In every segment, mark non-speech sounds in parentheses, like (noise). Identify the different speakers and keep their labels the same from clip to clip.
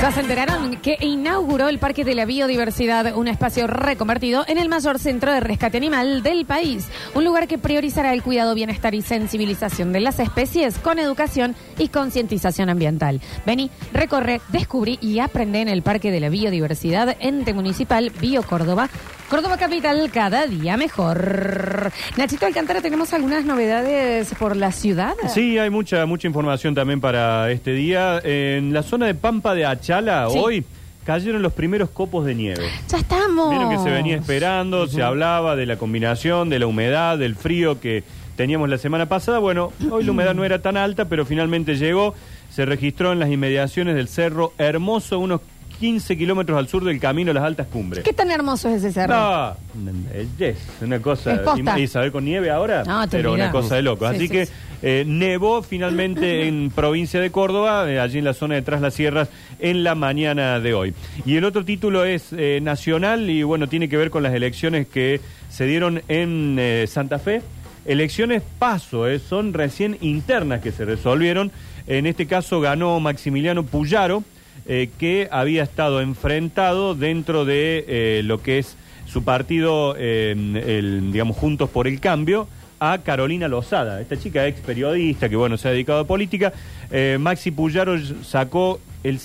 Speaker 1: Ya se enteraron que inauguró el Parque de la Biodiversidad, un espacio reconvertido en el mayor centro de rescate animal del país, un lugar que priorizará el cuidado, bienestar y sensibilización de las especies con educación y concientización ambiental. Vení, recorre, descubrí y aprende en el Parque de la Biodiversidad, ente municipal Bio Córdoba, Córdoba Capital, cada día mejor. Nachito Alcántara, ¿tenemos algunas novedades por la ciudad?
Speaker 2: Sí, hay mucha, mucha información también para este día. En la zona de Pampa de Achala,
Speaker 1: Sí.
Speaker 2: hoy cayeron los primeros copos de nieve.
Speaker 1: Ya estamos.
Speaker 2: Vieron que se
Speaker 1: Oh.
Speaker 2: venía esperando, se hablaba de la combinación, de la humedad, del frío que teníamos la semana pasada. Bueno, hoy la humedad no era tan alta, pero finalmente llegó. Se registró en las inmediaciones del Cerro Hermoso, unos 15 kilómetros al sur del camino a las altas cumbres.
Speaker 1: ¿Qué tan hermoso es ese cerro?
Speaker 2: No, una belleza, una
Speaker 1: Es
Speaker 2: cosa.
Speaker 1: posta.
Speaker 2: Y, y saber con nieve ahora,
Speaker 1: No, Ah, te
Speaker 2: pero una
Speaker 1: olvidás.
Speaker 2: cosa de loco.
Speaker 1: Sí,
Speaker 2: Así
Speaker 1: sí,
Speaker 2: que
Speaker 1: sí.
Speaker 2: eh, nevó
Speaker 1: (laughs)
Speaker 2: finalmente en provincia de Córdoba, eh, allí en la zona de Tras las Sierras, en la mañana de hoy. Y el otro título es eh, nacional y bueno, tiene que ver con las elecciones que se dieron en eh, Santa Fe. Elecciones paso, eh, son recién internas que se resolvieron. En este caso ganó Maximiliano Puyaro, eh, que había estado enfrentado dentro de eh, lo que es su partido, eh, el, digamos, Juntos por el Cambio, a Carolina Lozada, esta chica ex periodista que, bueno, se ha dedicado a política. Eh, Maxi Puyaro sacó el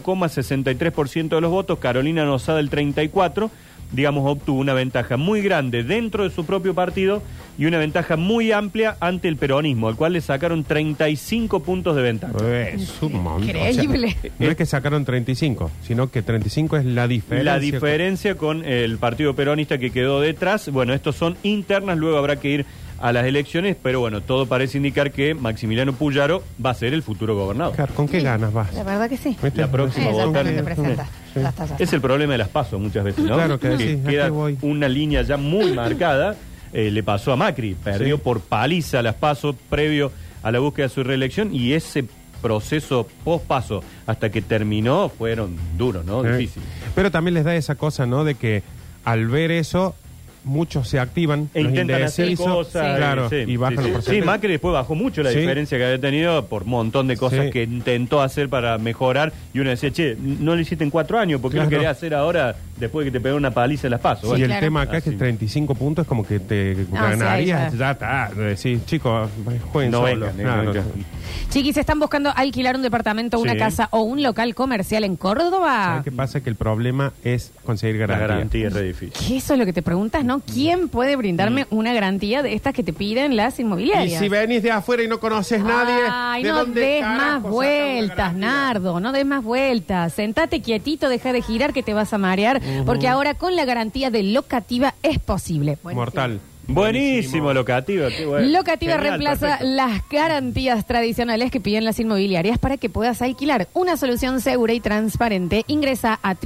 Speaker 2: 51,63% de los votos, Carolina Lozada el 34%, digamos, obtuvo una ventaja muy grande dentro de su propio partido y una ventaja muy amplia ante el peronismo, al cual le sacaron 35 puntos de ventaja.
Speaker 3: Es un montón.
Speaker 1: Increíble.
Speaker 3: O sea, no es que sacaron 35, sino que 35 es la diferencia.
Speaker 2: La diferencia con el partido peronista que quedó detrás, bueno, estos son internas, luego habrá que ir a las elecciones, pero bueno, todo parece indicar que Maximiliano Puyaro va a ser el futuro gobernador.
Speaker 3: Oscar, ¿con qué
Speaker 1: Sí,
Speaker 3: ganas vas?
Speaker 1: La verdad que sí.
Speaker 3: ¿Viste?
Speaker 2: La próxima
Speaker 1: Eh, ya está,
Speaker 2: votar.
Speaker 1: te presenta.
Speaker 3: Sí.
Speaker 1: Ya está, ya está.
Speaker 2: Es el problema de las pasos muchas veces, ¿no?
Speaker 3: Claro que sí, aquí
Speaker 2: queda
Speaker 3: voy.
Speaker 2: una línea ya muy marcada. Eh, le pasó a Macri, perdió
Speaker 3: Sí.
Speaker 2: por paliza las pasos previo a la búsqueda de su reelección y ese proceso post paso hasta que terminó fueron duros, ¿no?
Speaker 3: Eh.
Speaker 2: Difícil.
Speaker 3: Pero también les da esa cosa, ¿no? De que al ver eso, muchos se activan.
Speaker 2: E
Speaker 3: los
Speaker 2: intentan hacer
Speaker 3: indecisos,
Speaker 2: cosas.
Speaker 3: Claro,
Speaker 2: sí,
Speaker 3: y
Speaker 2: sí,
Speaker 3: bajan los
Speaker 2: sí. Sí,
Speaker 3: porcentajes.
Speaker 2: Macri después bajó mucho la
Speaker 3: Sí.
Speaker 2: diferencia que había tenido por montón de cosas
Speaker 3: Sí.
Speaker 2: que intentó hacer para mejorar. Y uno decía, che, no lo hiciste en cuatro años, ¿por qué lo
Speaker 3: Claro.
Speaker 2: querés hacer ahora después de que te pegaron una paliza en las pasos?
Speaker 3: y
Speaker 2: Bueno,
Speaker 3: el
Speaker 1: claro.
Speaker 3: tema acá es que
Speaker 2: Así.
Speaker 3: 35 puntos es como que te
Speaker 1: ahí
Speaker 3: ganarías.
Speaker 1: ya-
Speaker 3: ya está. Decís, chicos, jueguen
Speaker 2: no
Speaker 3: solos.
Speaker 2: vengan, eh,
Speaker 3: Claro,
Speaker 2: no vengan.
Speaker 3: no.
Speaker 1: Chiquis, ¿están buscando alquilar un departamento, una
Speaker 2: Sí.
Speaker 1: casa o un local comercial en Córdoba?
Speaker 3: ¿Sabes qué pasa? Que el problema es conseguir
Speaker 2: La
Speaker 3: garantía.
Speaker 2: garantía es re difícil.
Speaker 1: Que eso es lo que te preguntas, ¿no? ¿Quién puede brindarme una garantía de estas que te piden las
Speaker 3: Mm. Y
Speaker 1: inmobiliarias?
Speaker 3: si venís de afuera y no conoces nadie,
Speaker 1: Ay,
Speaker 3: ¿de
Speaker 1: no
Speaker 3: dónde
Speaker 1: des
Speaker 3: carajo
Speaker 1: más
Speaker 3: sacamos la
Speaker 1: vueltas,
Speaker 3: garantía?
Speaker 1: Nardo, no des más vueltas. Sentate quietito, deja de girar que te vas a marear, porque ahora con la garantía de locativa es posible. Buenísimo.
Speaker 3: Mortal.
Speaker 2: Buenísimo, Locativa. qué bueno.
Speaker 1: Locativa
Speaker 2: Genial,
Speaker 1: reemplaza
Speaker 2: perfecto.
Speaker 1: las garantías tradicionales que piden las inmobiliarias para que puedas alquilar. Una solución segura y transparente. Ingresa a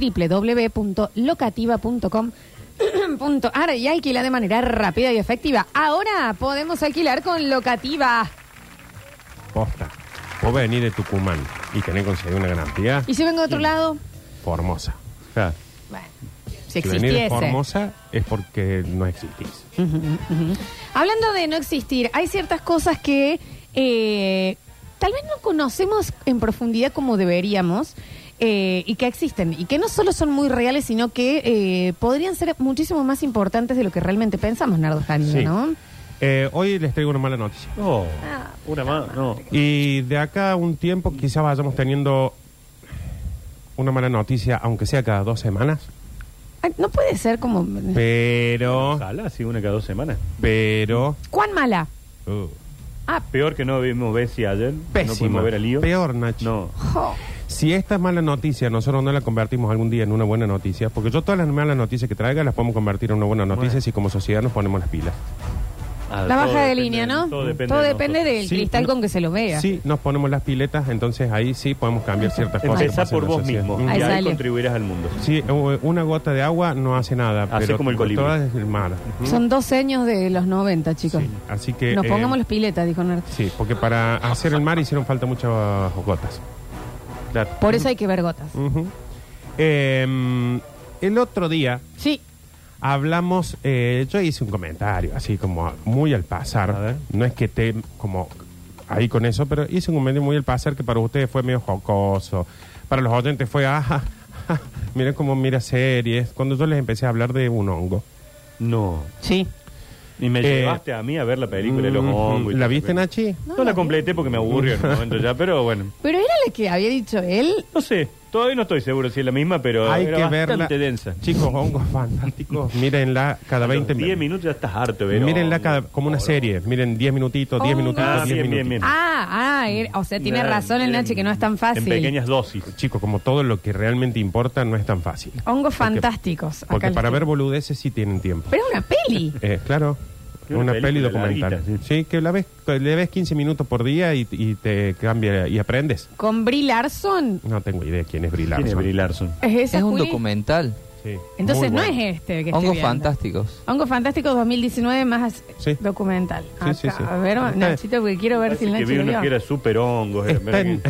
Speaker 1: www.locativa.com.ar y alquila de manera rápida y efectiva. Ahora podemos alquilar con Locativa.
Speaker 3: Posta. Vos venís de Tucumán y tenés que conseguir una garantía
Speaker 1: ¿Y si vengo de otro lado?
Speaker 3: formosa.
Speaker 2: Ah,
Speaker 1: Bueno, si
Speaker 3: Si venís de
Speaker 1: existiese.
Speaker 3: formosa es porque no existís.
Speaker 1: Hablando de no existir, hay ciertas cosas que eh, tal vez no conocemos en profundidad como deberíamos eh, y que existen y que no solo son muy reales, sino que eh, podrían ser muchísimo más importantes de lo que realmente pensamos, Nardo Janio,
Speaker 3: Sí.
Speaker 1: ¿no?
Speaker 3: Eh, hoy les traigo una mala noticia.
Speaker 2: No, Oh,
Speaker 1: Ah.
Speaker 2: una más, no.
Speaker 3: Y de acá a un tiempo quizás vayamos teniendo una mala noticia, aunque sea cada dos semanas.
Speaker 1: Ay, No puede ser como...
Speaker 3: Pero,
Speaker 2: Ojalá, sí, una cada dos semanas.
Speaker 3: pero,
Speaker 1: ¿Cuán mala?
Speaker 3: uh,
Speaker 1: Ah,
Speaker 2: Peor que no vimos Bessie ayer. No
Speaker 3: pésima.
Speaker 2: pudimos ver al lío.
Speaker 3: Peor, Nacho.
Speaker 2: No.
Speaker 1: jo.
Speaker 3: Si esta mala noticia nosotros no la convertimos algún día en una buena noticia, porque yo todas las malas noticias que traiga las podemos convertir en una buena noticia si como sociedad nos ponemos las pilas.
Speaker 2: Ah,
Speaker 1: la
Speaker 2: todo
Speaker 1: baja de
Speaker 2: depende-
Speaker 1: línea, ¿no?
Speaker 2: Todo depende,
Speaker 1: Todo
Speaker 2: de
Speaker 1: depende
Speaker 2: nosotros.
Speaker 1: del
Speaker 3: Sí,
Speaker 1: cristal
Speaker 3: no-
Speaker 1: con que se lo vea.
Speaker 3: Sí, nos ponemos las piletas, entonces ahí sí podemos cambiar ciertas cosas. que
Speaker 2: Empezá
Speaker 3: pasan
Speaker 2: por
Speaker 3: en la
Speaker 2: vos
Speaker 3: sociedad.
Speaker 2: mismo
Speaker 3: Mm.
Speaker 2: y ahí
Speaker 1: salió.
Speaker 2: contribuirás al mundo.
Speaker 3: Sí, u- una gota de agua no hace nada.
Speaker 2: Hace
Speaker 3: pero
Speaker 2: como el colibrí.
Speaker 3: Todas es el mar.
Speaker 1: Son 12 años de los 90, chicos.
Speaker 3: Sí, así que,
Speaker 1: Nos
Speaker 3: eh,
Speaker 1: pongamos las piletas, dijo Nardo.
Speaker 3: Sí, porque para hacer el mar hicieron falta muchas gotas. Claro.
Speaker 1: Por eso hay que ver gotas.
Speaker 3: Ujú. Em, el otro día
Speaker 1: Sí.
Speaker 3: Hablamos, eh, yo hice un comentario así como muy al pasar.
Speaker 2: A ver.
Speaker 3: No es que esté como ahí con eso, pero hice un comentario muy al pasar que para ustedes fue medio jocoso. para los oyentes fue, (laughs) ajá, ajá, miren cómo mira series. Cuando yo les empecé a hablar de un hongo.
Speaker 2: No.
Speaker 4: Sí.
Speaker 2: Y me
Speaker 3: Eh,
Speaker 2: llevaste a mí a ver la película de los
Speaker 3: Mm,
Speaker 2: hongos. y
Speaker 3: ¿La
Speaker 2: todo
Speaker 3: viste,
Speaker 2: eso.
Speaker 3: Nachi?
Speaker 2: No la completé porque me aburrió en un momento ya, pero bueno.
Speaker 1: Pero era la que había dicho él.
Speaker 2: No sé, todavía no estoy seguro si es la misma, pero
Speaker 3: Hay
Speaker 2: era
Speaker 3: que
Speaker 2: bastante
Speaker 3: verla.
Speaker 2: densa.
Speaker 3: Chicos, hongos
Speaker 2: (laughs)
Speaker 3: fantásticos. Mírenla cada
Speaker 2: A los
Speaker 3: 20
Speaker 2: 10
Speaker 3: minutos.
Speaker 2: minutos ya estás harto, ¿verdad?
Speaker 3: Mírenla cada, como una serie. Miren 10 minutitos, 10
Speaker 1: Hongos.
Speaker 3: minutitos,
Speaker 2: Ah,
Speaker 3: 10
Speaker 2: bien,
Speaker 3: minutitos.
Speaker 2: bien, bien.
Speaker 1: Ah,
Speaker 3: Mm.
Speaker 1: ah, era- o sea, tiene razón el Nachi que no es tan fácil.
Speaker 2: En pequeñas dosis.
Speaker 3: Chicos, como todo lo que realmente importa no es tan fácil.
Speaker 1: Hongos fantásticos. acá
Speaker 3: Porque
Speaker 1: les
Speaker 3: para
Speaker 1: tengo.
Speaker 3: ver boludeces sí
Speaker 2: (laughs)
Speaker 3: tienen tiempo.
Speaker 1: Pero es una
Speaker 3: (laughs)
Speaker 1: peli.
Speaker 3: Eh, claro.
Speaker 2: Que una
Speaker 3: Una peli
Speaker 2: película
Speaker 3: documental.
Speaker 2: larguita,
Speaker 3: sí. que la ves, le ves 15 minutos por día y, y te cambia y aprendes.
Speaker 1: Con Brie Larson.
Speaker 3: No tengo idea quién es Brie
Speaker 2: ¿Quién es
Speaker 3: Larson.
Speaker 2: Brie Larson?
Speaker 1: Es esa,
Speaker 5: Es un
Speaker 1: Juli?
Speaker 5: documental.
Speaker 3: Sí,
Speaker 1: Entonces
Speaker 3: muy
Speaker 1: no
Speaker 3: bueno.
Speaker 1: es este que estoy
Speaker 5: Hongos
Speaker 1: viendo.
Speaker 5: fantásticos.
Speaker 1: Hongos Fantásticos 2019 más
Speaker 3: Sí.
Speaker 1: documental.
Speaker 3: Sí, sí,
Speaker 1: Acá,
Speaker 3: sí.
Speaker 1: A ver, Nachito, porque quiero ver si el Nachi
Speaker 2: Parece que vi
Speaker 1: lo
Speaker 2: uno
Speaker 1: vio.
Speaker 2: que era super hongos.
Speaker 3: Está en-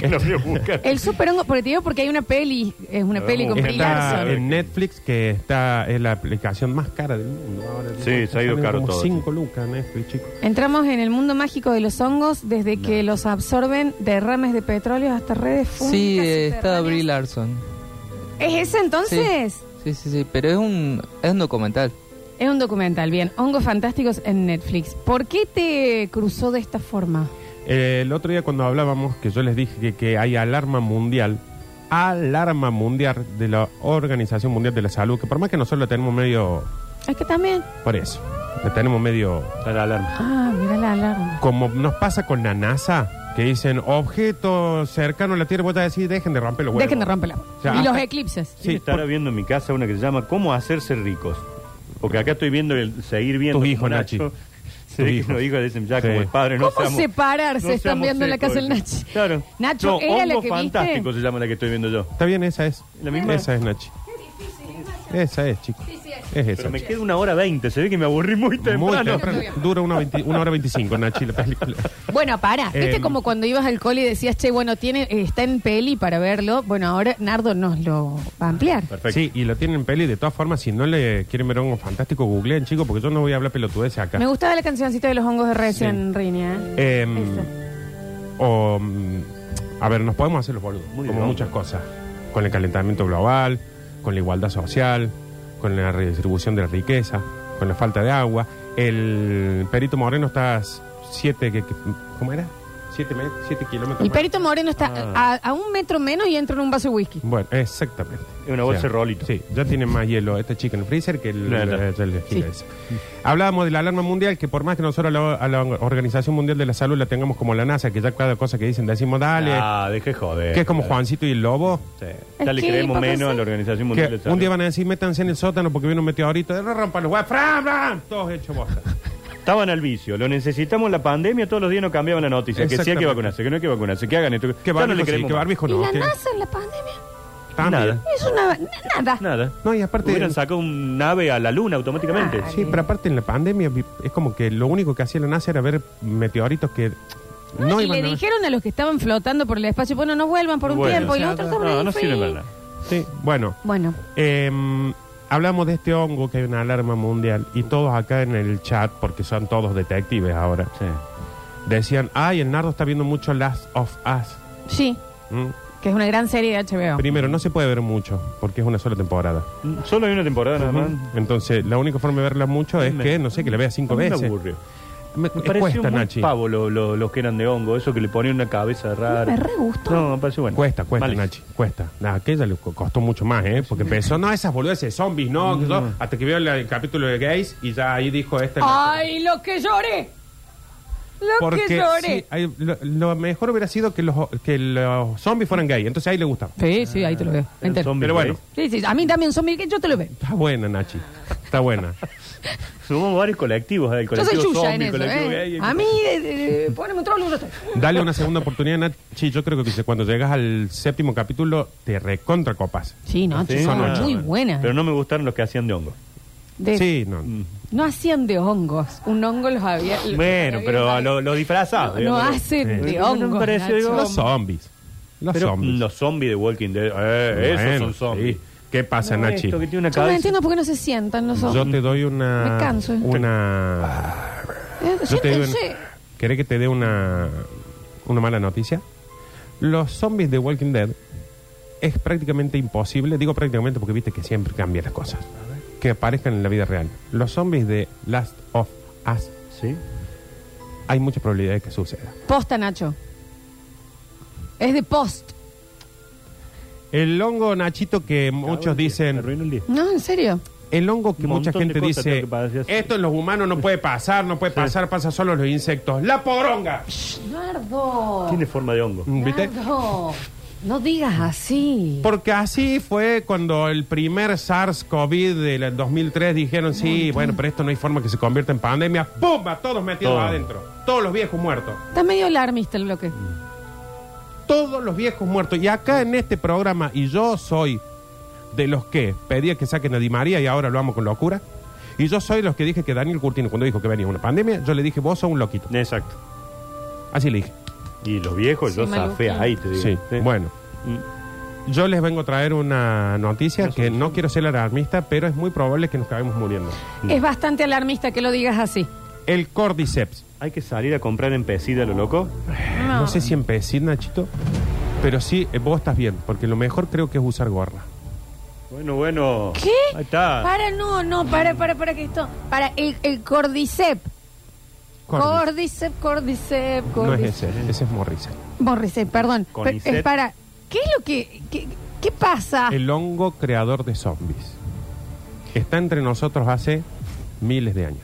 Speaker 2: que (laughs) lo vio buscar.
Speaker 1: (laughs) El super hongo, porque te digo porque hay una peli, es una
Speaker 2: No,
Speaker 1: peli con Brie
Speaker 3: Está
Speaker 1: Larson.
Speaker 3: en Netflix, que está es la aplicación más cara del mundo. Ahora
Speaker 2: Sí, se ha ido
Speaker 3: Salen
Speaker 2: caro
Speaker 3: como
Speaker 2: todo,
Speaker 3: 5 lucas Netflix, chicos.
Speaker 1: Entramos en el mundo mágico de los hongos desde que los absorben derrames de petróleo hasta redes fúngicas.
Speaker 5: Sí, eh, está
Speaker 1: subterráneas.
Speaker 5: Brie Larson.
Speaker 1: ¿Es ese entonces?
Speaker 5: Sí, sí, sí, pero es un, es un documental.
Speaker 1: Es un documental, bien. Hongos fantásticos en Netflix. ¿Por qué te cruzó de esta forma?
Speaker 3: Eh, el otro día cuando hablábamos, que yo les dije que, que hay alarma mundial, alarma mundial de la Organización Mundial de la Salud, que por más que nosotros la tenemos medio,
Speaker 1: Es que también.
Speaker 3: por eso, la tenemos medio,
Speaker 2: Está la alarma.
Speaker 1: Ah, mira la alarma.
Speaker 3: como nos pasa con la NASA, que dicen objeto cercano a la Tierra, vos te decís, dejen de romper los huevos.
Speaker 1: Dejen de romperla.
Speaker 3: O sea, ah.
Speaker 1: y los
Speaker 3: hasta-
Speaker 1: eclipses.
Speaker 3: Sí,
Speaker 2: estará
Speaker 3: por-
Speaker 2: viendo en mi casa una que se llama ¿Cómo hacerse ricos? Porque acá estoy viendo, el, seguir viendo.
Speaker 3: Tus
Speaker 2: como
Speaker 3: hijos,
Speaker 2: Se
Speaker 3: Nachi.
Speaker 2: (laughs)
Speaker 3: Tus
Speaker 2: ve que
Speaker 3: hijos.
Speaker 2: los hijos dicen ya
Speaker 3: Sí.
Speaker 2: como el padre. No
Speaker 1: ¿Cómo
Speaker 2: seamos-
Speaker 1: separarse?
Speaker 2: no
Speaker 1: Están
Speaker 2: seamos
Speaker 1: viendo la
Speaker 2: secos,
Speaker 1: casa del
Speaker 2: dice.
Speaker 1: Nachi.
Speaker 2: Claro.
Speaker 1: Nacho,
Speaker 2: No,
Speaker 1: ¿era la
Speaker 2: hongo
Speaker 1: que
Speaker 2: fantástico
Speaker 1: viste?
Speaker 2: se llama la que estoy viendo yo.
Speaker 3: Está bien, esa es.
Speaker 2: ¿La misma?
Speaker 3: Esa es, Nachi. Esa es, chicos. es. esa.
Speaker 2: Pero me
Speaker 3: chico.
Speaker 2: queda una hora veinte, se ve que me aburrí muy temprano.
Speaker 3: Muy temprano. Dura una, 20 una hora veinticinco, Nachi, la película.
Speaker 1: Bueno, para. ¿Viste
Speaker 3: Em.
Speaker 1: como cuando ibas al cole y decías, che, bueno, tiene, eh, está en peli para verlo? Bueno, ahora Nardo nos lo va a ampliar.
Speaker 2: Perfecto.
Speaker 3: Sí, y lo tienen en peli. De todas formas, si no le quieren ver hongo fantástico, googleen, chicos, porque yo no voy a hablar pelotudeces acá.
Speaker 1: Me gustaba la cancioncita de los hongos de recién, Rini, ¿eh?
Speaker 3: Em,
Speaker 1: Esa.
Speaker 3: o, mm, a ver, nos podemos hacer los boludos,
Speaker 2: Muy
Speaker 3: como
Speaker 2: bien.
Speaker 3: muchas cosas. Con el calentamiento global, con la igualdad social, con la redistribución de la riqueza, con la falta de agua. El Perito Moreno está a siete, que, que- ¿cómo era? Siete, me- siete kilómetros.
Speaker 1: El
Speaker 3: más.
Speaker 1: Perito Moreno está
Speaker 3: Ah.
Speaker 1: a, a un metro menos y entra en un vaso de whisky.
Speaker 3: Bueno, exactamente.
Speaker 2: Es una bolsa de rolito.
Speaker 3: Sí, ya tiene más hielo esta chica en el freezer que el,
Speaker 2: Claro.
Speaker 3: eh, el esquina ese. Hablábamos de la alarma mundial, que por más que nosotros a la, a la Organización Mundial de la Salud la tengamos como la NASA, que ya cada cosa que dicen decimos, dale,
Speaker 2: Ah, dejé joder.
Speaker 3: que es como Juancito y el Lobo,
Speaker 2: Sí. Ya le
Speaker 1: Es que,
Speaker 2: creemos
Speaker 1: papá,
Speaker 2: menos a
Speaker 1: sí.
Speaker 2: la Organización Mundial
Speaker 3: que
Speaker 2: de Salud.
Speaker 3: un día van a decir, métanse en el sótano porque viene un meteorito, no rompan los huevos, ¡fran, fran! todos hechos
Speaker 2: (laughs)
Speaker 3: bosta.
Speaker 2: Estaban al vicio, lo necesitamos en la pandemia, todos los días nos cambiaban la noticia. Que sí hay que
Speaker 3: Exactamente.
Speaker 2: vacunarse, que no hay que vacunarse, que hagan esto. Ya
Speaker 3: Que
Speaker 2: no
Speaker 3: barbijo,
Speaker 2: le
Speaker 3: sí,
Speaker 2: creemos
Speaker 3: que
Speaker 2: más.
Speaker 3: barbijo
Speaker 1: ¿Y
Speaker 3: no,
Speaker 1: la
Speaker 3: que-
Speaker 1: NASA en la pandemia?
Speaker 3: también.
Speaker 2: Nada.
Speaker 1: Es una... na- nada.
Speaker 2: Nada.
Speaker 3: No, y aparte...
Speaker 2: Hubieran sacado un nave a la luna automáticamente.
Speaker 3: Ah, Sí, pero aparte en la pandemia vi- es como que lo único que hacía la NASA era ver meteoritos que no,
Speaker 1: y
Speaker 3: iban
Speaker 1: le
Speaker 3: a...
Speaker 1: dijeron a los que estaban flotando por el espacio, bueno, no vuelvan por un
Speaker 2: Bueno,
Speaker 1: tiempo. Y
Speaker 2: o sea,
Speaker 1: los otros
Speaker 2: No, no
Speaker 1: sobreviven.
Speaker 2: sirve para nada.
Speaker 3: Sí, bueno.
Speaker 1: Bueno,
Speaker 3: Eh, hablamos de este hongo que hay una alarma mundial y todos acá en el chat, porque son todos detectives ahora,
Speaker 2: Sí.
Speaker 3: decían, ay, el Nardo está viendo mucho Last of Us.
Speaker 1: sí,
Speaker 3: ¿Mm?
Speaker 1: que es una gran serie de
Speaker 2: Ah.
Speaker 1: HBO.
Speaker 3: Primero, no se puede ver mucho, porque es una sola temporada.
Speaker 2: Mm, Solo hay una temporada nada más.
Speaker 3: Entonces, la única forma de verla mucho es
Speaker 2: Me-
Speaker 3: que, no sé, que la veas cinco
Speaker 2: A mí Me
Speaker 3: veces.
Speaker 2: aburrió.
Speaker 3: Me,
Speaker 2: Me
Speaker 3: me
Speaker 2: pareció
Speaker 3: cuesta,
Speaker 2: muy
Speaker 3: Nachi.
Speaker 2: pavo lo- lo- los que eran de hongo, eso que le ponían una cabeza rara.
Speaker 1: me re gustó.
Speaker 2: No, me pareció bueno.
Speaker 3: Cuesta, cuesta,
Speaker 2: Malísimo.
Speaker 3: Nachi, cuesta. A aquella le co- costó mucho más, ¿eh? Porque empezó, no, esas boludeces de zombies, no, que
Speaker 2: Mm.
Speaker 3: yo- hasta que vio el, el capítulo de gays y ya ahí dijo esta...
Speaker 1: ¡Ay, lo que lloré! Lo que
Speaker 3: Porque sí,
Speaker 1: lloré.
Speaker 3: hay- lo, lo mejor hubiera sido que los, que los zombies fueran gay. Entonces ahí le gusta.
Speaker 1: Sí, sí, ahí te lo veo.
Speaker 2: Eran
Speaker 1: entero.
Speaker 2: zombies
Speaker 3: Pero bueno.
Speaker 2: gays.
Speaker 1: Sí, sí, a mí también son mil que yo te lo veo.
Speaker 3: Está buena, Nachi. Está buena.
Speaker 2: Sumamos varios colectivos. eh, El
Speaker 1: Yo soy
Speaker 2: colectivo
Speaker 1: chucha en
Speaker 2: zombie,
Speaker 1: eso,
Speaker 2: colectivo gay,
Speaker 1: ¿eh?
Speaker 2: el-
Speaker 1: A mí, eh, eh, poneme un trono, yo estoy.
Speaker 3: Dale una segunda oportunidad, Nachi. Yo creo que cuando llegas al séptimo capítulo te recontra copas.
Speaker 1: Sí, no,
Speaker 2: Sí,
Speaker 1: son
Speaker 2: ah,
Speaker 1: muy
Speaker 2: bueno.
Speaker 1: buenas.
Speaker 2: Pero no me gustaron los que hacían de hongo.
Speaker 1: De-
Speaker 3: Sí, no.
Speaker 2: Mm.
Speaker 1: No hacían de hongos. Un hongo los había. los
Speaker 2: Bueno,
Speaker 1: había-
Speaker 2: pero lo, lo
Speaker 1: No,
Speaker 2: disfrazado.
Speaker 1: no
Speaker 2: digamos.
Speaker 1: hacen de
Speaker 2: No me
Speaker 1: hongos.
Speaker 2: pareció,
Speaker 1: Nacho.
Speaker 2: digo,
Speaker 3: Los zombies. Los
Speaker 2: Pero
Speaker 3: zombies.
Speaker 2: los zombies de Walking Dead, eh, esos
Speaker 3: Bueno,
Speaker 2: son zombies.
Speaker 3: sí. ¿Qué pasa,
Speaker 2: No,
Speaker 3: Nachi?
Speaker 2: esto que tiene una
Speaker 1: Yo no
Speaker 2: cabeza.
Speaker 1: entiendo por qué no se sientan los
Speaker 3: Yo
Speaker 1: hongos.
Speaker 3: te doy una.
Speaker 1: Me canso.
Speaker 3: Una.
Speaker 1: Eh,
Speaker 3: Yo te doy una-
Speaker 1: siéntense.
Speaker 3: ¿Querés que te dé una. Una mala noticia? Los zombies de Walking Dead es prácticamente imposible, digo prácticamente porque viste que siempre cambian las cosas, que aparezcan en la vida real. Los zombies de Last of Us,
Speaker 2: Sí.
Speaker 3: hay mucha probabilidad de que suceda.
Speaker 1: Posta, Nacho. Es de post.
Speaker 3: El hongo, Nachito, que muchos dicen,
Speaker 2: Arruinó el día.
Speaker 1: No, en serio.
Speaker 3: El hongo que
Speaker 2: Un
Speaker 3: mucha
Speaker 2: montón de
Speaker 3: gente
Speaker 2: cosas tengo
Speaker 3: dice,
Speaker 2: que padecer.
Speaker 3: esto en los humanos no puede pasar, no puede pasar, pasa solo en los insectos. ¡La poronga!
Speaker 1: Nardo.
Speaker 2: Tiene forma de hongo.
Speaker 3: Mm, ¿Viste?
Speaker 1: Nardo. No digas así.
Speaker 3: Porque así fue cuando el primer SARS-CoV del 2003 dijeron, sí, bueno, pero esto no hay forma que se convierta en pandemia. ¡Pum! A todos metidos
Speaker 2: Todo.
Speaker 3: adentro. Todos los viejos muertos.
Speaker 1: Está medio alarmista el bloque.
Speaker 3: Todos los viejos muertos. Y acá en este programa, y yo soy de los que pedía que saquen a Di María y ahora lo amo con locura. Y yo soy los que dije que Daniel Curtino, cuando dijo que venía una pandemia, yo le dije, vos sos un loquito.
Speaker 2: Exacto.
Speaker 3: Así le dije.
Speaker 2: Y los viejos,
Speaker 1: Sí,
Speaker 2: los
Speaker 1: Malu.
Speaker 2: zafé ahí, te digo.
Speaker 3: Sí, bueno. Yo les vengo a traer una noticia que no quiero ser alarmista, pero es muy probable que nos acabemos muriendo.
Speaker 1: Es bastante alarmista que lo digas así.
Speaker 3: El cordyceps.
Speaker 2: Hay que salir a comprar en Pesida, lo loco.
Speaker 3: Eh, No, sé si empecé, Nachito, pero sí, eh, vos estás bien, porque lo mejor creo que es usar gorra.
Speaker 2: Bueno, bueno.
Speaker 1: ¿Qué?
Speaker 2: Ahí está.
Speaker 1: Para, no, no, para, para, para que esto. Para el, el cordicep.
Speaker 3: Cordyceps.
Speaker 1: Cordicep, cordicep, cordicep.
Speaker 3: No es ese, ese es Morrison.
Speaker 1: Morrissey, perdón.
Speaker 2: Con
Speaker 1: Pero
Speaker 2: Iset.
Speaker 1: Es para. ¿Qué es lo que.? ¿Qué, qué pasa?
Speaker 3: El hongo creador de zombies. Está entre nosotros hace miles de años.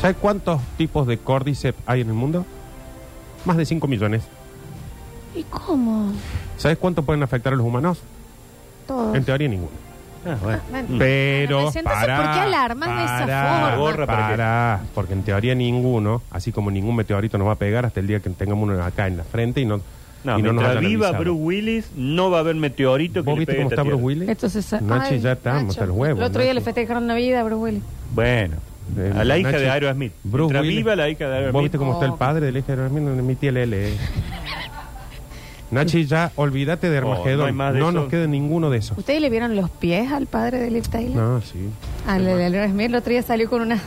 Speaker 3: ¿Sabes cuántos tipos de cordyceps hay en el mundo? Más de 5 millones.
Speaker 1: ¿Y cómo?
Speaker 3: ¿Sabes cuánto pueden afectar a los humanos?
Speaker 1: Todo.
Speaker 3: En teoría ninguno.
Speaker 2: Ah, bueno.
Speaker 1: Ven.
Speaker 3: Pero
Speaker 1: Entonces,
Speaker 3: pará,
Speaker 1: ¿por qué alarmas de esa
Speaker 3: pará,
Speaker 1: forma?
Speaker 2: Gorra, ¿para qué?
Speaker 3: pará, porque en teoría ninguno, así como ningún meteorito nos va a pegar hasta el día que tengamos uno acá en la frente y no,
Speaker 2: No,
Speaker 3: y no nos
Speaker 2: mientras
Speaker 3: hayan
Speaker 2: viva
Speaker 3: avisado.
Speaker 2: Bruce Willis, no va a haber meteorito que
Speaker 3: ¿Vos
Speaker 2: le
Speaker 3: viste
Speaker 2: pegue
Speaker 3: cómo
Speaker 2: esta
Speaker 3: está Bruce
Speaker 2: tierra.
Speaker 3: Willis?
Speaker 1: Entonces, se-
Speaker 3: Nachi,
Speaker 1: ay,
Speaker 3: ya estamos hasta
Speaker 1: Nacho.
Speaker 3: los huevos.
Speaker 1: El otro día le
Speaker 3: Nachi.
Speaker 1: festejaron Navidad, bro, Willy.
Speaker 2: Bueno.
Speaker 3: Eh,
Speaker 2: a la hija
Speaker 3: Nachi,
Speaker 2: de Aerosmith.
Speaker 3: Bruce
Speaker 2: Mientras
Speaker 3: Willis.
Speaker 2: viva la hija de
Speaker 3: ¿Vos
Speaker 2: Aerosmith.
Speaker 3: viste cómo está el
Speaker 1: Oh.
Speaker 3: padre de la hija de Aerosmith? No, Mi
Speaker 1: (laughs)
Speaker 3: tía Lele. Nachi, ya olvídate de
Speaker 2: Oh, no hay
Speaker 3: Armagedón. no
Speaker 2: más de eso.
Speaker 3: nos queda ninguno de esos.
Speaker 1: ¿Ustedes le vieron los pies al padre de Liv Taylor?
Speaker 3: No, sí.
Speaker 1: Ah, la de Laura Smith el otro día salió con una.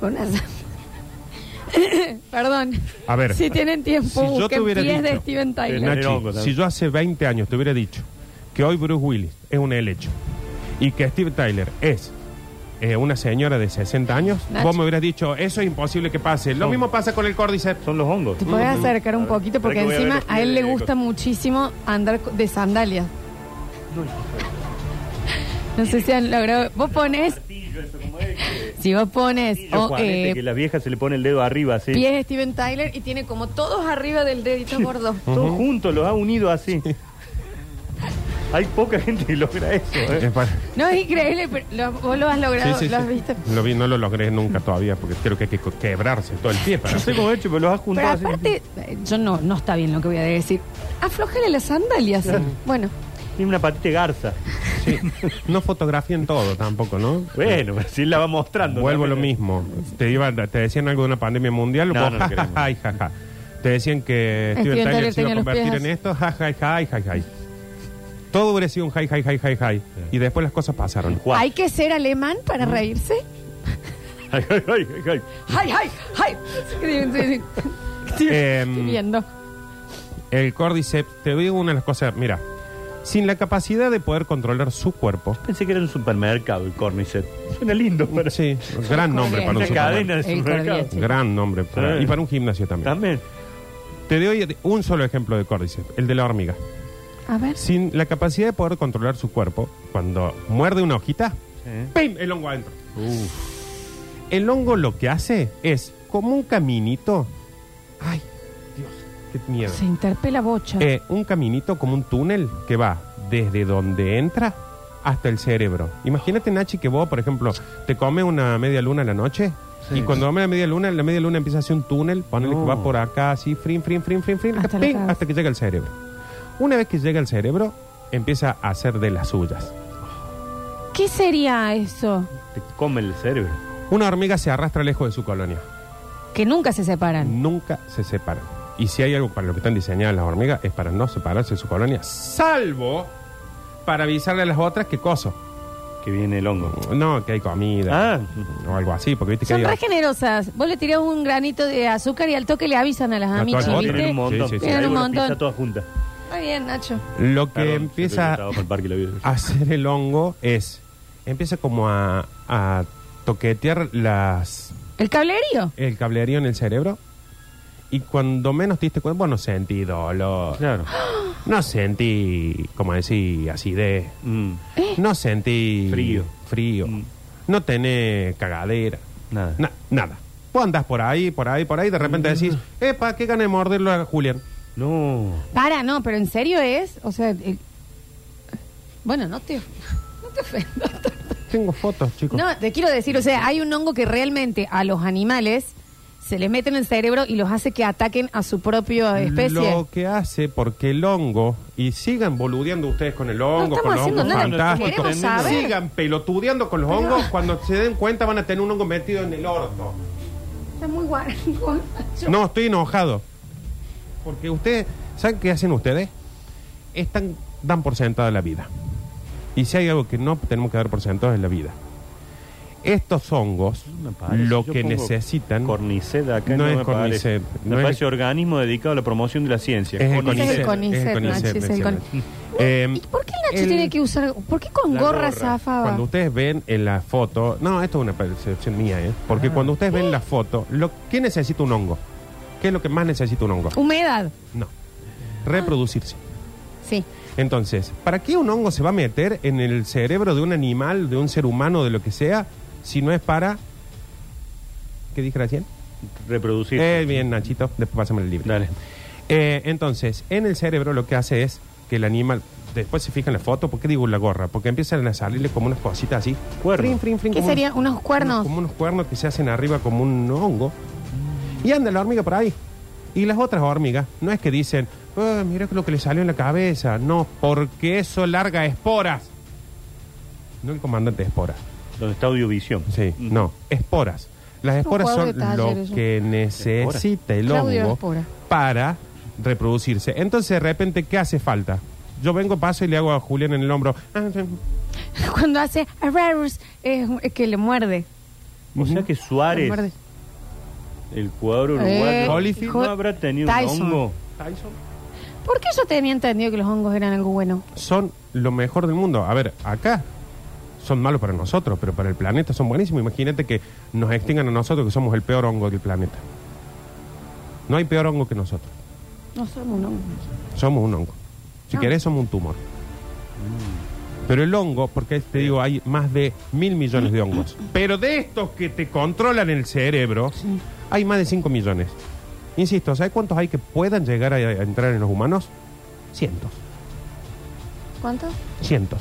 Speaker 1: Con una... (laughs) Perdón.
Speaker 3: A ver.
Speaker 1: Si tienen tiempo,
Speaker 3: Si yo te
Speaker 1: busquen
Speaker 3: hubiera
Speaker 1: pies de
Speaker 3: dicho-
Speaker 1: Steven
Speaker 2: Eh,
Speaker 1: Tyler.
Speaker 2: Nacho.
Speaker 3: Nachi,
Speaker 2: hongo también.
Speaker 3: si yo hace 20 años te hubiera dicho que hoy Bruce Willis es un helecho y que Steve Tyler es eh, una señora de 60 años,
Speaker 1: Nacho.
Speaker 3: vos me hubieras dicho, eso es imposible que pase. Lo
Speaker 1: Oh.
Speaker 2: Son-
Speaker 3: mismo pasa con el
Speaker 1: Eh,
Speaker 3: Cordyceps.
Speaker 2: Son los hongos.
Speaker 1: Te podés acercar
Speaker 2: A
Speaker 1: un
Speaker 2: ver,
Speaker 1: poquito porque
Speaker 2: espera que voy
Speaker 1: encima
Speaker 2: a ver los
Speaker 1: a él le
Speaker 2: pies de-
Speaker 1: gusta muchísimo andar co- de sandalia. No sé si han logrado. Vos pones,
Speaker 2: Martillo, eso, como es que-
Speaker 1: si vos pones
Speaker 2: Martillo,
Speaker 1: oh,
Speaker 2: Juanete,
Speaker 1: eh,
Speaker 2: que la vieja se le pone el dedo arriba así.
Speaker 1: pies de Steven Tyler y tiene como todos arriba del
Speaker 3: (laughs)
Speaker 1: dedito
Speaker 2: (laughs)
Speaker 1: gordo.
Speaker 2: Todos juntos los ha unido así. Hay poca gente que logra eso.
Speaker 3: Es
Speaker 2: ¿eh?
Speaker 3: para-
Speaker 1: No es increíble, pero lo- vos lo has logrado,
Speaker 3: Sí, sí,
Speaker 1: lo has
Speaker 3: sí.
Speaker 1: visto.
Speaker 3: Lo vi, no lo logré nunca todavía porque creo que hay que co- quebrarse todo el
Speaker 1: (laughs)
Speaker 3: pie para
Speaker 2: No sé cómo he hecho, pero los
Speaker 1: Pero
Speaker 2: ha juntado así.
Speaker 1: aparte, eh, yo no, no está bien lo que voy a decir. Aflojale las sandalias. Bueno,
Speaker 2: Tiene una patita de garza.
Speaker 3: Sí. No fotografíen todo tampoco, ¿no?
Speaker 2: Bueno, pero sí la va mostrando.
Speaker 3: Vuelvo a
Speaker 2: ¿no?
Speaker 3: lo mismo. Te, iba- te decían algo de una pandemia mundial.
Speaker 2: No,
Speaker 3: vos,
Speaker 2: no lo queremos.
Speaker 3: ay, jaja. Te decían que Steven,
Speaker 1: Steven
Speaker 3: Tyler
Speaker 1: Tyler
Speaker 3: se iba
Speaker 1: tenía
Speaker 3: a
Speaker 1: los
Speaker 3: convertir
Speaker 1: pies
Speaker 3: en esto. Ja, ja, ja, ja, ja. Todo hubiera sido un hi, hi, hi, hi, hi. Y después las cosas pasaron.
Speaker 2: Juan.
Speaker 1: ¿hay que ser alemán para
Speaker 3: Mm.
Speaker 1: reírse?
Speaker 2: Ay, ay, ay, ay.
Speaker 1: ¡Ay, ay, ay! Estoy- estoy- estoy
Speaker 3: Em,
Speaker 1: viendo.
Speaker 3: el Cordyceps, te digo una de las cosas. Mira, sin la capacidad de poder controlar su cuerpo.
Speaker 2: Pensé que era un supermercado el Cornicet. Suena lindo, pero
Speaker 3: Sí, gran nombre para un
Speaker 2: Una cadena
Speaker 3: supermercado.
Speaker 2: de
Speaker 1: El
Speaker 2: supermercado.
Speaker 1: Cordial.
Speaker 3: Gran nombre. para-
Speaker 2: Sí.
Speaker 3: y para un gimnasio también.
Speaker 2: También.
Speaker 3: Te doy un solo ejemplo de Cordyceps, el de la hormiga.
Speaker 1: A ver.
Speaker 3: Sin la capacidad de poder controlar su cuerpo, cuando muerde una hojita, ¡pim! El hongo adentro. El hongo lo que hace es, como un caminito, ¡ay, Dios, qué miedo!
Speaker 1: Se interpela bocha.
Speaker 3: Eh, un caminito como un túnel que va desde donde entra hasta el cerebro. Imagínate, Nachi, que vos, por ejemplo, te comes una media luna a la noche y cuando comes la media luna, la media luna empieza a hacer un túnel, ponele
Speaker 2: No.
Speaker 3: que va por acá, así, frin, frin, frin, frin, frin,
Speaker 1: Hasta
Speaker 3: hasta,
Speaker 1: la cabeza.
Speaker 3: hasta que llega al cerebro. Una vez que llega al cerebro, empieza a hacer de las suyas.
Speaker 1: ¿Qué sería eso?
Speaker 2: Te come el cerebro.
Speaker 3: Una hormiga se arrastra lejos de su colonia.
Speaker 1: Que nunca se separan.
Speaker 3: Nunca se separan. Y si hay algo para lo que están diseñadas las hormigas es para no separarse de su colonia, salvo para avisarle a las otras que coso.
Speaker 2: Que viene el hongo.
Speaker 3: No, que hay comida.
Speaker 2: Ah.
Speaker 3: O algo así, porque viste que
Speaker 1: Son re
Speaker 3: hay.
Speaker 1: generosas. Vos le tirás un granito de azúcar y al toque le avisan a las
Speaker 3: A todas
Speaker 1: amichis,
Speaker 3: las otras.
Speaker 1: ¿viste?
Speaker 2: Tienen un montón.
Speaker 3: Sí, sí, sí.
Speaker 1: Tienen
Speaker 2: Hay
Speaker 1: un
Speaker 2: una
Speaker 1: montón.
Speaker 2: pizza toda junta.
Speaker 1: Está bien, Nacho.
Speaker 3: Lo que
Speaker 2: Perdón, yo
Speaker 3: empieza
Speaker 2: estaba por el parque y lo vi.
Speaker 3: a hacer el hongo es, empieza como a, a toquetear las
Speaker 1: ¿El cablerío?
Speaker 3: el cablerío en el cerebro y cuando menos te diste cuenta, bueno, sentí dolor,
Speaker 2: Claro.
Speaker 3: no sentí, como decir, acidez,
Speaker 2: Mm,
Speaker 3: no sentí
Speaker 2: Frío.
Speaker 3: frío,
Speaker 2: Mm.
Speaker 3: no tenés cagadera,
Speaker 2: Nada.
Speaker 3: Na- nada. Vos andás por ahí, por ahí, por ahí, de
Speaker 2: Mm.
Speaker 3: repente decís, epa, qué gana de morderlo a Julián.
Speaker 2: No.
Speaker 1: Para, no, pero en serio es. O sea, el- bueno, no te, no te ofendas.
Speaker 3: Tengo fotos, chicos.
Speaker 1: No, te quiero decir, o sea, hay un hongo que realmente a los animales se les mete en el cerebro y los hace que ataquen a su propia especie.
Speaker 3: Lo que hace, porque el hongo, y sigan boludeando ustedes con el hongo,
Speaker 1: estamos
Speaker 3: con los
Speaker 1: haciendo
Speaker 3: hongos
Speaker 1: nada,
Speaker 2: no
Speaker 3: fantásticos.
Speaker 2: estamos Queremos
Speaker 1: saber.
Speaker 3: Sigan pelotudeando con los hongos, cuando se den cuenta van a tener un hongo metido en el orto.
Speaker 1: Está muy guapo.
Speaker 3: No, estoy enojado. Porque ustedes, ¿saben qué hacen ustedes? Están, dan por sentada la vida. Y si hay algo que no tenemos que dar por sentado es la vida. Estos hongos,
Speaker 2: Me parece.
Speaker 3: lo
Speaker 2: Yo
Speaker 3: que
Speaker 2: pongo
Speaker 3: necesitan,
Speaker 2: Cornicet acá
Speaker 3: No es
Speaker 2: me
Speaker 3: Cornicet,
Speaker 2: parece.
Speaker 3: no
Speaker 2: me
Speaker 3: es-
Speaker 2: parece organismo dedicado a la promoción de la ciencia.
Speaker 3: es el
Speaker 2: Cornicet.
Speaker 1: CONICET,
Speaker 3: CONICET.
Speaker 1: Nachi, es el
Speaker 3: me decían.
Speaker 1: CONICET.
Speaker 3: Eh,
Speaker 1: ¿Y por qué el Nacho
Speaker 3: el-
Speaker 1: tiene que usar.? ¿Por qué con
Speaker 2: La
Speaker 1: gorra,
Speaker 2: gorra.
Speaker 1: zafaba?
Speaker 3: Cuando ustedes ven en la foto, no, esto es una percepción mía, ¿eh?
Speaker 1: Ah.
Speaker 3: porque cuando ustedes ven la foto, lo, ¿qué necesita un hongo? ¿Qué es lo que más necesita un
Speaker 1: Uh.
Speaker 3: hongo?
Speaker 1: Humedad.
Speaker 3: No, reproducirse.
Speaker 1: Sí.
Speaker 3: Entonces, ¿para qué un hongo se va a meter en el cerebro de un animal, de un ser humano, de lo que sea, si no es para... ¿Qué dije recién?
Speaker 2: Reproducir.
Speaker 3: Eh, bien, Nachito, después pásame el libro.
Speaker 2: Dale.
Speaker 3: Eh, entonces, en el cerebro lo que hace es que el animal... Después se fijan en la foto, ¿por qué digo la gorra? Porque empiezan a salirle como unas cositas así.
Speaker 2: Cuernos.
Speaker 3: Frin, frin, frin,
Speaker 1: ¿Qué
Speaker 3: como un-
Speaker 1: serían? ¿Unos cuernos?
Speaker 3: como unos cuernos que se hacen arriba como un hongo. Y anda la hormiga por ahí. Y las otras hormigas, no es que dicen, "Ah, mira lo que le salió en la cabeza. No, porque eso larga esporas. No el comandante de esporas.
Speaker 2: Donde está audiovisión. Mm.
Speaker 3: Sí, no, esporas. Las esporas
Speaker 1: jugador
Speaker 3: son
Speaker 1: de taller,
Speaker 3: lo
Speaker 1: eso.
Speaker 3: que necesita el
Speaker 1: Claudio
Speaker 3: hongo
Speaker 1: Espora.
Speaker 3: para reproducirse. Entonces, de repente, ¿qué hace falta? Yo vengo, paso y le hago a Julián en el hombro. Ah, sí.
Speaker 1: Cuando hace arrarus, es, es que le muerde.
Speaker 2: O sea que
Speaker 1: Le
Speaker 2: Suárez,
Speaker 1: muerde.
Speaker 2: el jugador
Speaker 1: Eh,
Speaker 2: uruguayo,
Speaker 3: Holyfield
Speaker 2: no
Speaker 1: hijo-
Speaker 2: habrá tenido
Speaker 1: Tyson.
Speaker 2: un hongo.
Speaker 3: Tyson.
Speaker 1: ¿Por qué yo tenía entendido que los hongos eran algo bueno?
Speaker 3: son lo mejor del mundo. A ver, acá son malos para nosotros, pero para el planeta son buenísimos. Imagínate que nos extingan a nosotros, que somos el peor hongo del planeta. No hay peor hongo que nosotros.
Speaker 1: No somos un hongo.
Speaker 3: Somos un hongo. Si
Speaker 1: Ah.
Speaker 3: querés, somos un tumor. Pero el hongo, porque te digo, hay más de mil millones de hongos. Pero de estos que te controlan el cerebro, hay más de 5 millones. Insisto, ¿sabes cuántos hay que puedan llegar a, a entrar en los humanos? Cientos.
Speaker 1: ¿Cuánto?
Speaker 3: Cientos.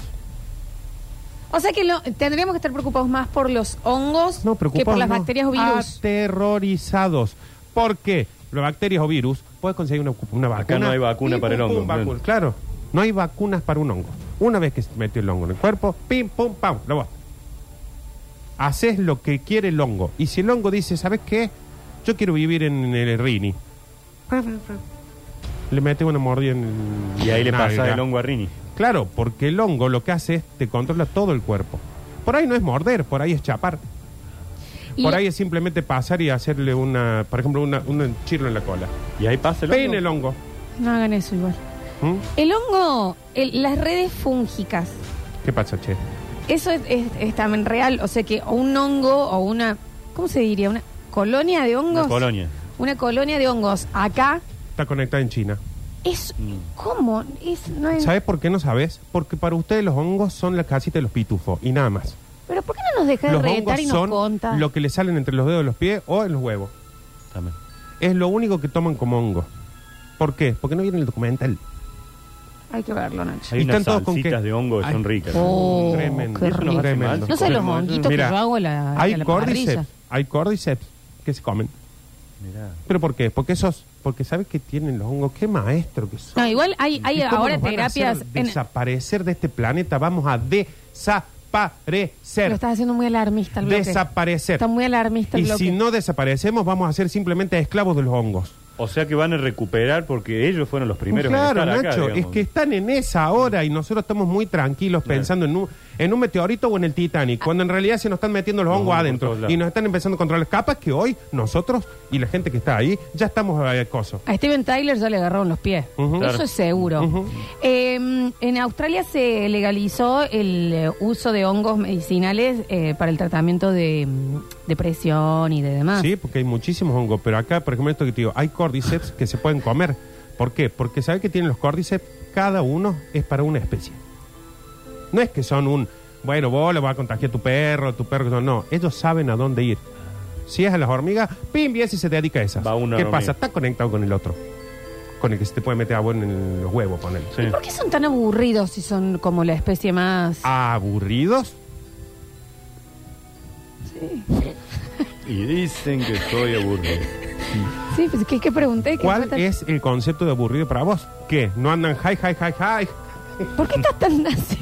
Speaker 1: O sea que lo- tendríamos que estar preocupados más por los hongos
Speaker 3: No,
Speaker 1: que
Speaker 3: preocupados.
Speaker 1: por las
Speaker 3: no. Ah,
Speaker 1: bacterias o virus.
Speaker 3: Aterrorizados. ¿Por qué? Las bacterias o virus, puedes conseguir una, una vacuna.
Speaker 2: no hay vacuna
Speaker 3: Pim,
Speaker 2: para el
Speaker 3: pum,
Speaker 2: hongo,
Speaker 3: pum, vacuna.
Speaker 2: bien.
Speaker 3: Claro, no hay vacunas para un hongo. Una vez que se metió el hongo en el cuerpo, pim, pum, pam, lo bota. Haces lo que quiere el hongo. Y si el hongo dice, ¿sabes qué? Yo quiero vivir en el Rini. Le metes una mordida en el-
Speaker 2: Y ahí le pasa
Speaker 3: nalga.
Speaker 2: el hongo a Rini.
Speaker 3: Claro, porque el hongo lo que hace es te controla todo el cuerpo. Por ahí no es morder, por ahí es chapar.
Speaker 1: Y
Speaker 3: Por
Speaker 1: la-
Speaker 3: ahí es simplemente pasar y hacerle una, por ejemplo, una, un chirlo en la cola.
Speaker 2: Y ahí pasa el hongo.
Speaker 3: Peine el hongo.
Speaker 1: No hagan eso igual.
Speaker 3: ¿Mm?
Speaker 1: El hongo, el- las redes fúngicas,
Speaker 3: ¿Qué pasa, che?
Speaker 1: eso es, es- es también real. O sea que un hongo o una, ¿cómo se diría? Una colonia de hongos.
Speaker 2: Una colonia.
Speaker 1: Una colonia de hongos acá
Speaker 3: Está conectada en China.
Speaker 1: es
Speaker 2: Mm.
Speaker 1: ¿cómo? Es, no es-
Speaker 3: ¿Sabes por qué no sabes? Porque para ustedes los hongos son la casita de los pitufos y nada más.
Speaker 1: Pero ¿por qué no nos deja de
Speaker 3: Los
Speaker 1: reventar
Speaker 3: hongos
Speaker 1: y nos
Speaker 3: son
Speaker 1: conta?
Speaker 3: lo que le salen entre los dedos de los pies o en los huevos.
Speaker 2: También.
Speaker 3: Es lo único que toman como hongo. ¿Por qué? Porque no viene el documental.
Speaker 1: Hay que verlo, Nacho.
Speaker 2: Hay
Speaker 3: ¿Y
Speaker 2: unas
Speaker 3: están todos con
Speaker 2: salsitas
Speaker 3: qué?
Speaker 2: de hongo que
Speaker 3: Ay.
Speaker 2: son ricas.
Speaker 1: Oh,
Speaker 3: tremendo.
Speaker 1: qué
Speaker 2: Eso nos hace
Speaker 3: tremendo.
Speaker 2: mal.
Speaker 1: No sé los honguitos
Speaker 3: Mira,
Speaker 1: que yo hago a la, a
Speaker 3: Hay
Speaker 1: la
Speaker 3: cordyceps.
Speaker 1: parrilla.
Speaker 3: Hay cordyceps que se comen.
Speaker 2: Mirá.
Speaker 3: ¿Pero por qué? Porque esos, porque sabes que tienen los hongos, qué maestro que son.
Speaker 1: No, igual hay, hay
Speaker 3: ¿Y cómo
Speaker 1: ahora
Speaker 3: nos van a hacer
Speaker 1: terapias. en-
Speaker 3: desaparecer de este planeta, vamos a
Speaker 1: lo
Speaker 3: desaparecer.
Speaker 1: estás haciendo muy alarmista el bloque.
Speaker 3: Desaparecer.
Speaker 1: Está muy alarmista el
Speaker 3: Y
Speaker 1: bloque.
Speaker 3: si no desaparecemos, vamos a ser simplemente esclavos de los hongos.
Speaker 2: O sea que van a recuperar porque ellos fueron los primeros
Speaker 3: claro,
Speaker 2: en estar acá,
Speaker 3: Nacho, es
Speaker 2: digamos.
Speaker 3: que están en esa hora y nosotros estamos muy tranquilos pensando en un- en un meteorito o en el Titanic, cuando en realidad se nos están metiendo los
Speaker 2: Los
Speaker 3: hongos
Speaker 2: hongos por
Speaker 3: adentro
Speaker 2: todos lados.
Speaker 3: y nos están empezando a controlar. Capaz que hoy nosotros y la gente que está ahí ya estamos eh, a coso.
Speaker 1: A Steven Tyler ya le agarraron los pies.
Speaker 3: Ujú.
Speaker 1: Eso
Speaker 2: Claro.
Speaker 1: es seguro.
Speaker 3: Ujú.
Speaker 1: Eh, en Australia se legalizó el eh, uso de hongos medicinales eh, para el tratamiento de mm, depresión y de demás.
Speaker 3: Sí, porque hay muchísimos hongos, pero acá, por ejemplo, esto que te digo, hay cordyceps que se pueden comer. ¿Por qué? Porque sabe que tienen los cordyceps, cada uno es para una especie. No es que son un, bueno, vos le vas a contagiar a tu perro, tu perro, no, no, ellos saben a dónde ir. Si es a las hormigas, pim, bien, si se dedica a esas.
Speaker 2: Va una
Speaker 3: ¿Qué
Speaker 2: hormiga.
Speaker 3: pasa? Está conectado con el otro. Con el que se te puede meter agua en los huevos, ponele.
Speaker 2: Sí.
Speaker 1: ¿Por qué son tan aburridos si son como la especie más...
Speaker 3: Ah, ¿Aburridos?
Speaker 2: Y dicen que estoy aburrido.
Speaker 1: Sí, pues ¿qué, qué pregunté? ¿Qué
Speaker 3: ¿Cuál
Speaker 1: fue tan-
Speaker 3: es el concepto de aburrido para vos? ¿Qué? ¿No andan high, high, high, high?
Speaker 1: ¿Por qué estás tan así?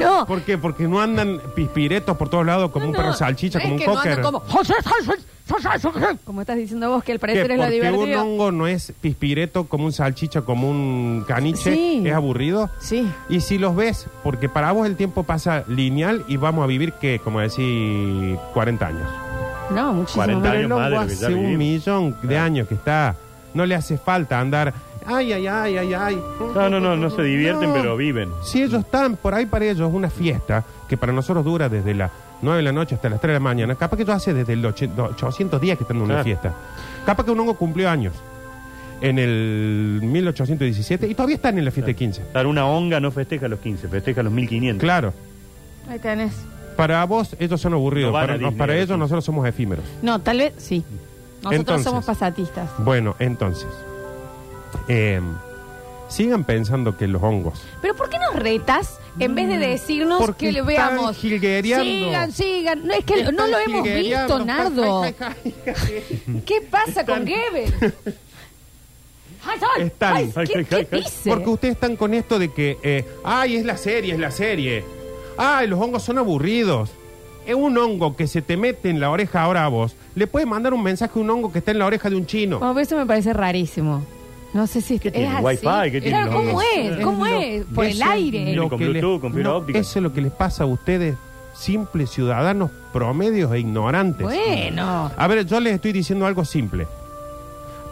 Speaker 1: no.
Speaker 3: ¿Por qué? Porque no andan pispiretos por todos lados como
Speaker 1: No,
Speaker 3: un perro
Speaker 1: no,
Speaker 3: salchicha,
Speaker 1: no es
Speaker 3: como un
Speaker 1: que no
Speaker 3: cocker.
Speaker 1: andan como, "José, José, José, José". Como estás diciendo vos, que al
Speaker 3: ¿Qué?
Speaker 1: parecer es lo
Speaker 3: Porque un
Speaker 1: divertido.
Speaker 3: hongo no es pispireto como un salchicha, como un caniche,
Speaker 1: Sí.
Speaker 3: es aburrido.
Speaker 1: Sí.
Speaker 3: Y si los ves, porque para vos el tiempo pasa lineal y vamos a vivir, ¿qué? Como decir, 40 años.
Speaker 1: No, muchísimo.
Speaker 2: 40
Speaker 1: más.
Speaker 3: Pero el
Speaker 2: años más de
Speaker 3: hongo
Speaker 2: lo que ya
Speaker 3: hace un
Speaker 2: vivimos.
Speaker 3: millón de años que está. No le hace falta andar, ay, ay, ay, ay, ay.
Speaker 2: No, no, no, no se divierten,
Speaker 3: No.
Speaker 2: pero viven.
Speaker 3: Si ellos están por ahí para ellos, una fiesta que para nosotros dura desde las 9 de la noche hasta las 3 de la mañana, capaz que ellos hace desde el 800 días que están en una
Speaker 2: Claro.
Speaker 3: fiesta. Capaz que un hongo cumplió años en el 1817 y todavía están en la fiesta de 15.
Speaker 2: Dar una honga no festeja los 15, festeja los 1500.
Speaker 3: Claro,
Speaker 1: Ahí tenés.
Speaker 3: para vos ellos son aburridos,
Speaker 2: No van a
Speaker 3: para,
Speaker 2: Disney,
Speaker 3: para
Speaker 2: a la
Speaker 3: ellos
Speaker 2: fiesta.
Speaker 3: nosotros somos efímeros.
Speaker 1: No, tal vez sí. Nosotros
Speaker 3: Entonces.
Speaker 1: somos pasatistas.
Speaker 3: Bueno, entonces, eh, sigan pensando que los hongos...
Speaker 1: Pero ¿por qué nos retas en vez de decirnos
Speaker 3: Porque
Speaker 1: que le
Speaker 3: están
Speaker 1: veamos?
Speaker 3: jilguereando.
Speaker 1: Sigan, sigan. No, es que no
Speaker 3: Están
Speaker 1: lo hemos
Speaker 3: jilguereando,
Speaker 1: visto, Nardo.
Speaker 3: ay, ay, ay, ay.
Speaker 1: ¿Qué pasa con Goebbels? Ay, ay,
Speaker 3: (laughs) Están.
Speaker 1: ay,
Speaker 2: Ay,
Speaker 1: ¿Qué
Speaker 2: ay,
Speaker 1: qué
Speaker 2: ay, ay.
Speaker 1: dice?
Speaker 3: Porque ustedes están con esto de que, eh, ay, es la serie, es la serie. Ay, los hongos son aburridos. Es un hongo que se te mete en la oreja ahora a vos. Le puedes mandar un mensaje a un hongo que está en la oreja de un chino.
Speaker 1: Bueno, eso me parece rarísimo. No sé si
Speaker 2: ¿Qué
Speaker 1: es
Speaker 2: tiene?
Speaker 1: así.
Speaker 2: ¿Wi-Fi? ¿Qué tiene
Speaker 1: Claro,
Speaker 2: los
Speaker 1: ¿cómo
Speaker 2: hongos?
Speaker 1: es? ¿Cómo
Speaker 3: lo-
Speaker 1: es? Por el
Speaker 3: eso es
Speaker 1: aire.
Speaker 3: lo
Speaker 2: Viene con
Speaker 3: que les-
Speaker 2: Bluetooth, con fibra óptica.
Speaker 3: Eso es lo que les pasa a ustedes, simples ciudadanos promedios e ignorantes.
Speaker 1: Bueno.
Speaker 3: A ver, yo les estoy diciendo algo simple.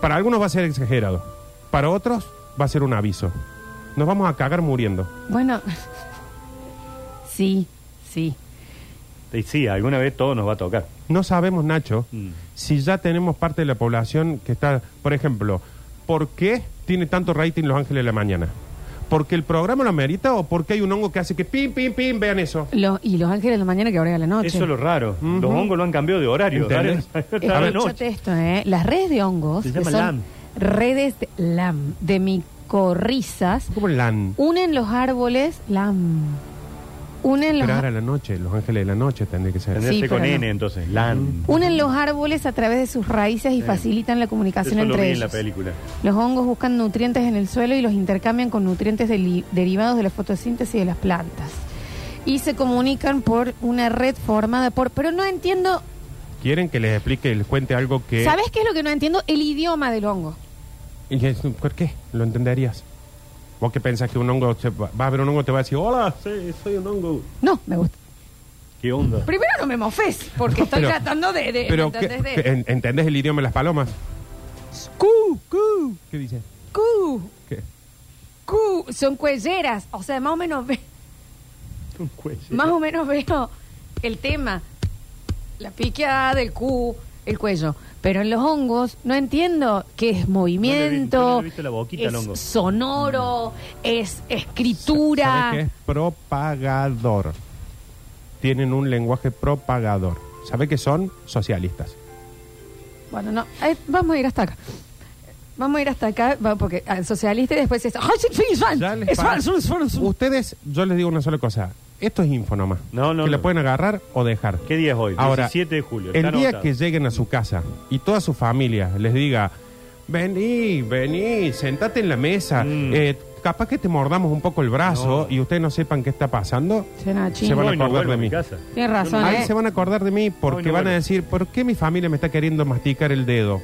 Speaker 3: Para algunos va a ser exagerado. Para otros va a ser un aviso. Nos vamos a cagar muriendo.
Speaker 1: Bueno. (laughs) Sí, sí.
Speaker 2: Y sí, alguna vez todo nos va a tocar.
Speaker 3: No sabemos, Nacho,
Speaker 2: Mm.
Speaker 3: si ya tenemos parte de la población que está, por ejemplo, ¿por qué tiene tanto rating Los Ángeles de la Mañana? ¿Porque el programa lo merita o porque hay un hongo que hace que pim, pim, pim, vean eso?
Speaker 1: Los- y los ángeles de la mañana que ahora es la noche.
Speaker 2: Eso es lo raro. Los hongos lo han cambiado de horario.
Speaker 3: ¿Entendés?
Speaker 2: (laughs) Horario-
Speaker 1: Es-
Speaker 2: a la
Speaker 1: Escúchate
Speaker 2: noche.
Speaker 1: esto, ¿eh? Las redes de hongos,
Speaker 2: Se
Speaker 1: que
Speaker 2: llama
Speaker 1: son
Speaker 2: LAM.
Speaker 1: redes de LAM, de micorrizas,
Speaker 3: Como LAN.
Speaker 1: unen los árboles LAM. Unen los,
Speaker 3: Pero ahora a la noche, Los Ángeles de la Noche tendría que ser.
Speaker 2: Tendría que
Speaker 1: Sí,
Speaker 2: ser
Speaker 1: pero
Speaker 2: con
Speaker 1: no.
Speaker 2: N entonces. LAN.
Speaker 1: unen los árboles a través de sus raíces y facilitan la
Speaker 2: Eso
Speaker 1: comunicación
Speaker 2: lo vi
Speaker 1: entre
Speaker 2: en la
Speaker 1: ellos.
Speaker 2: película.
Speaker 1: Los hongos buscan nutrientes en el suelo y los intercambian con nutrientes deli- derivados de la fotosíntesis de las plantas. Y se comunican por una red formada por... Pero no entiendo...
Speaker 3: ¿Quieren que les explique, les cuente algo que...
Speaker 1: ¿Sabes qué es lo que no entiendo? El idioma del hongo.
Speaker 3: Y es, ¿Por qué? ¿Lo entenderías? ¿Vos qué pensás que un hongo, se va va a haber un hongo que te va a decir,
Speaker 2: Ah,
Speaker 3: hola, sí, soy un hongo?
Speaker 1: No, me gusta.
Speaker 2: ¿Qué onda?
Speaker 1: Primero no me mofes, porque estoy
Speaker 3: Pero-
Speaker 1: tratando de... de-
Speaker 3: Pero,
Speaker 1: ¿me
Speaker 3: ¿qué-
Speaker 1: Eh, entendés?
Speaker 3: qué-
Speaker 1: De-
Speaker 3: en- ¿entendés el idioma de las palomas?
Speaker 1: Cu, cu,
Speaker 3: ¿Qué dice?
Speaker 1: cu,
Speaker 3: ¿Qué?
Speaker 1: cu. Son cuelleras. O sea, más o menos... ve-
Speaker 2: (laughs) Un cuello.
Speaker 1: Más o menos veo el tema. La piqueada del Q, el cuello. Pero en los hongos no entiendo qué es
Speaker 2: No
Speaker 1: movimiento,
Speaker 2: le vi- no le he visto la boquita al hongo.
Speaker 1: es sonoro, es escritura.
Speaker 3: ¿Sabes qué es propagador? Tienen un lenguaje propagador. ¿Sabe que son socialistas?
Speaker 1: Bueno, no, eh, vamos a ir hasta acá. Vamos a ir hasta acá, va, porque al socialista y después es... ¡Ay, sí, sí, es fan!
Speaker 3: Ya les
Speaker 1: Es fan,
Speaker 3: pasa.
Speaker 1: es fan, es fan.
Speaker 3: Ustedes, yo les digo una sola cosa. Esto es info nomás.
Speaker 2: No, no,
Speaker 3: Que la
Speaker 2: no.
Speaker 3: pueden agarrar o dejar.
Speaker 2: ¿Qué día es hoy?
Speaker 3: Ahora,
Speaker 2: 17 de julio.
Speaker 3: El
Speaker 2: Está
Speaker 3: día
Speaker 2: anotado.
Speaker 3: que lleguen a su casa y toda su familia les diga, vení, vení, sentate en la mesa,
Speaker 2: Mm.
Speaker 3: eh, capaz que te mordamos un poco el brazo
Speaker 2: No.
Speaker 3: y ustedes no sepan qué está pasando,
Speaker 1: Se van a
Speaker 3: se van a
Speaker 2: Hoy no
Speaker 3: acordar
Speaker 2: vuelvo
Speaker 3: de
Speaker 2: a mi
Speaker 3: mí.
Speaker 2: casa.
Speaker 1: Tienes razón,
Speaker 3: Ahí
Speaker 1: ¿eh?
Speaker 3: se van a acordar de mí porque
Speaker 2: Hoy no
Speaker 3: van a
Speaker 2: vuelve.
Speaker 3: decir, ¿por qué mi familia me está queriendo masticar el dedo?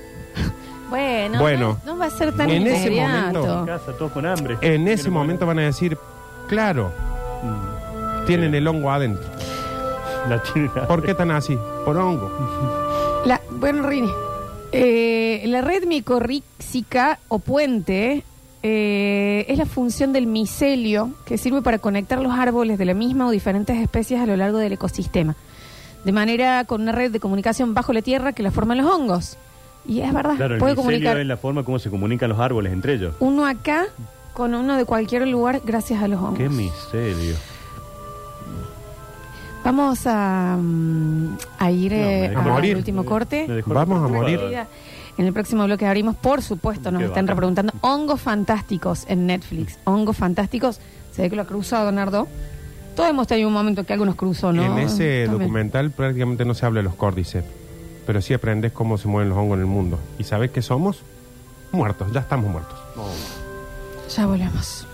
Speaker 1: Bueno,
Speaker 3: Bueno.
Speaker 1: no, no va a ser tan
Speaker 3: En ese
Speaker 1: inmediato.
Speaker 3: momento-
Speaker 2: Mi casa, todos con hambre.
Speaker 3: En ese
Speaker 2: Quiero
Speaker 3: momento van a decir, claro, Tienen el hongo adentro.
Speaker 2: Mm. La tienen
Speaker 3: ¿Por qué tan así? Por hongo.
Speaker 1: La, bueno, Rini. Eh, la red micorríxica o puente eh, es la función del micelio que sirve para conectar los árboles de la misma o diferentes especies a lo largo del ecosistema. De manera con una red de comunicación bajo la tierra que la forman los hongos. Y es verdad,
Speaker 2: Claro, el
Speaker 1: puede
Speaker 2: micelio
Speaker 1: comunicar
Speaker 2: es la forma como se comunican los árboles entre ellos.
Speaker 1: uno acá con uno de cualquier lugar gracias a los hongos.
Speaker 2: Qué micelio.
Speaker 1: Vamos a, mm, a ir
Speaker 2: No, me
Speaker 1: eh,
Speaker 2: dejó
Speaker 1: al
Speaker 3: morir.
Speaker 1: último corte.
Speaker 2: Me dejó
Speaker 3: Vamos a
Speaker 2: preocupado.
Speaker 3: morir.
Speaker 1: En el próximo bloque abrimos, por supuesto, nos
Speaker 2: Qué
Speaker 1: están
Speaker 2: bacán.
Speaker 1: repreguntando hongos fantásticos en Netflix.
Speaker 3: Mm.
Speaker 1: Hongos fantásticos, se ve que lo ha cruzado Nardo. Todos hemos tenido un momento que algunos cruzó, ¿no?
Speaker 3: En ese
Speaker 1: También.
Speaker 3: documental prácticamente no se habla de los córdices, pero sí aprendes cómo se mueven los hongos en el mundo. ¿Y sabes qué somos? Muertos, ya estamos muertos.
Speaker 1: Ya volvemos.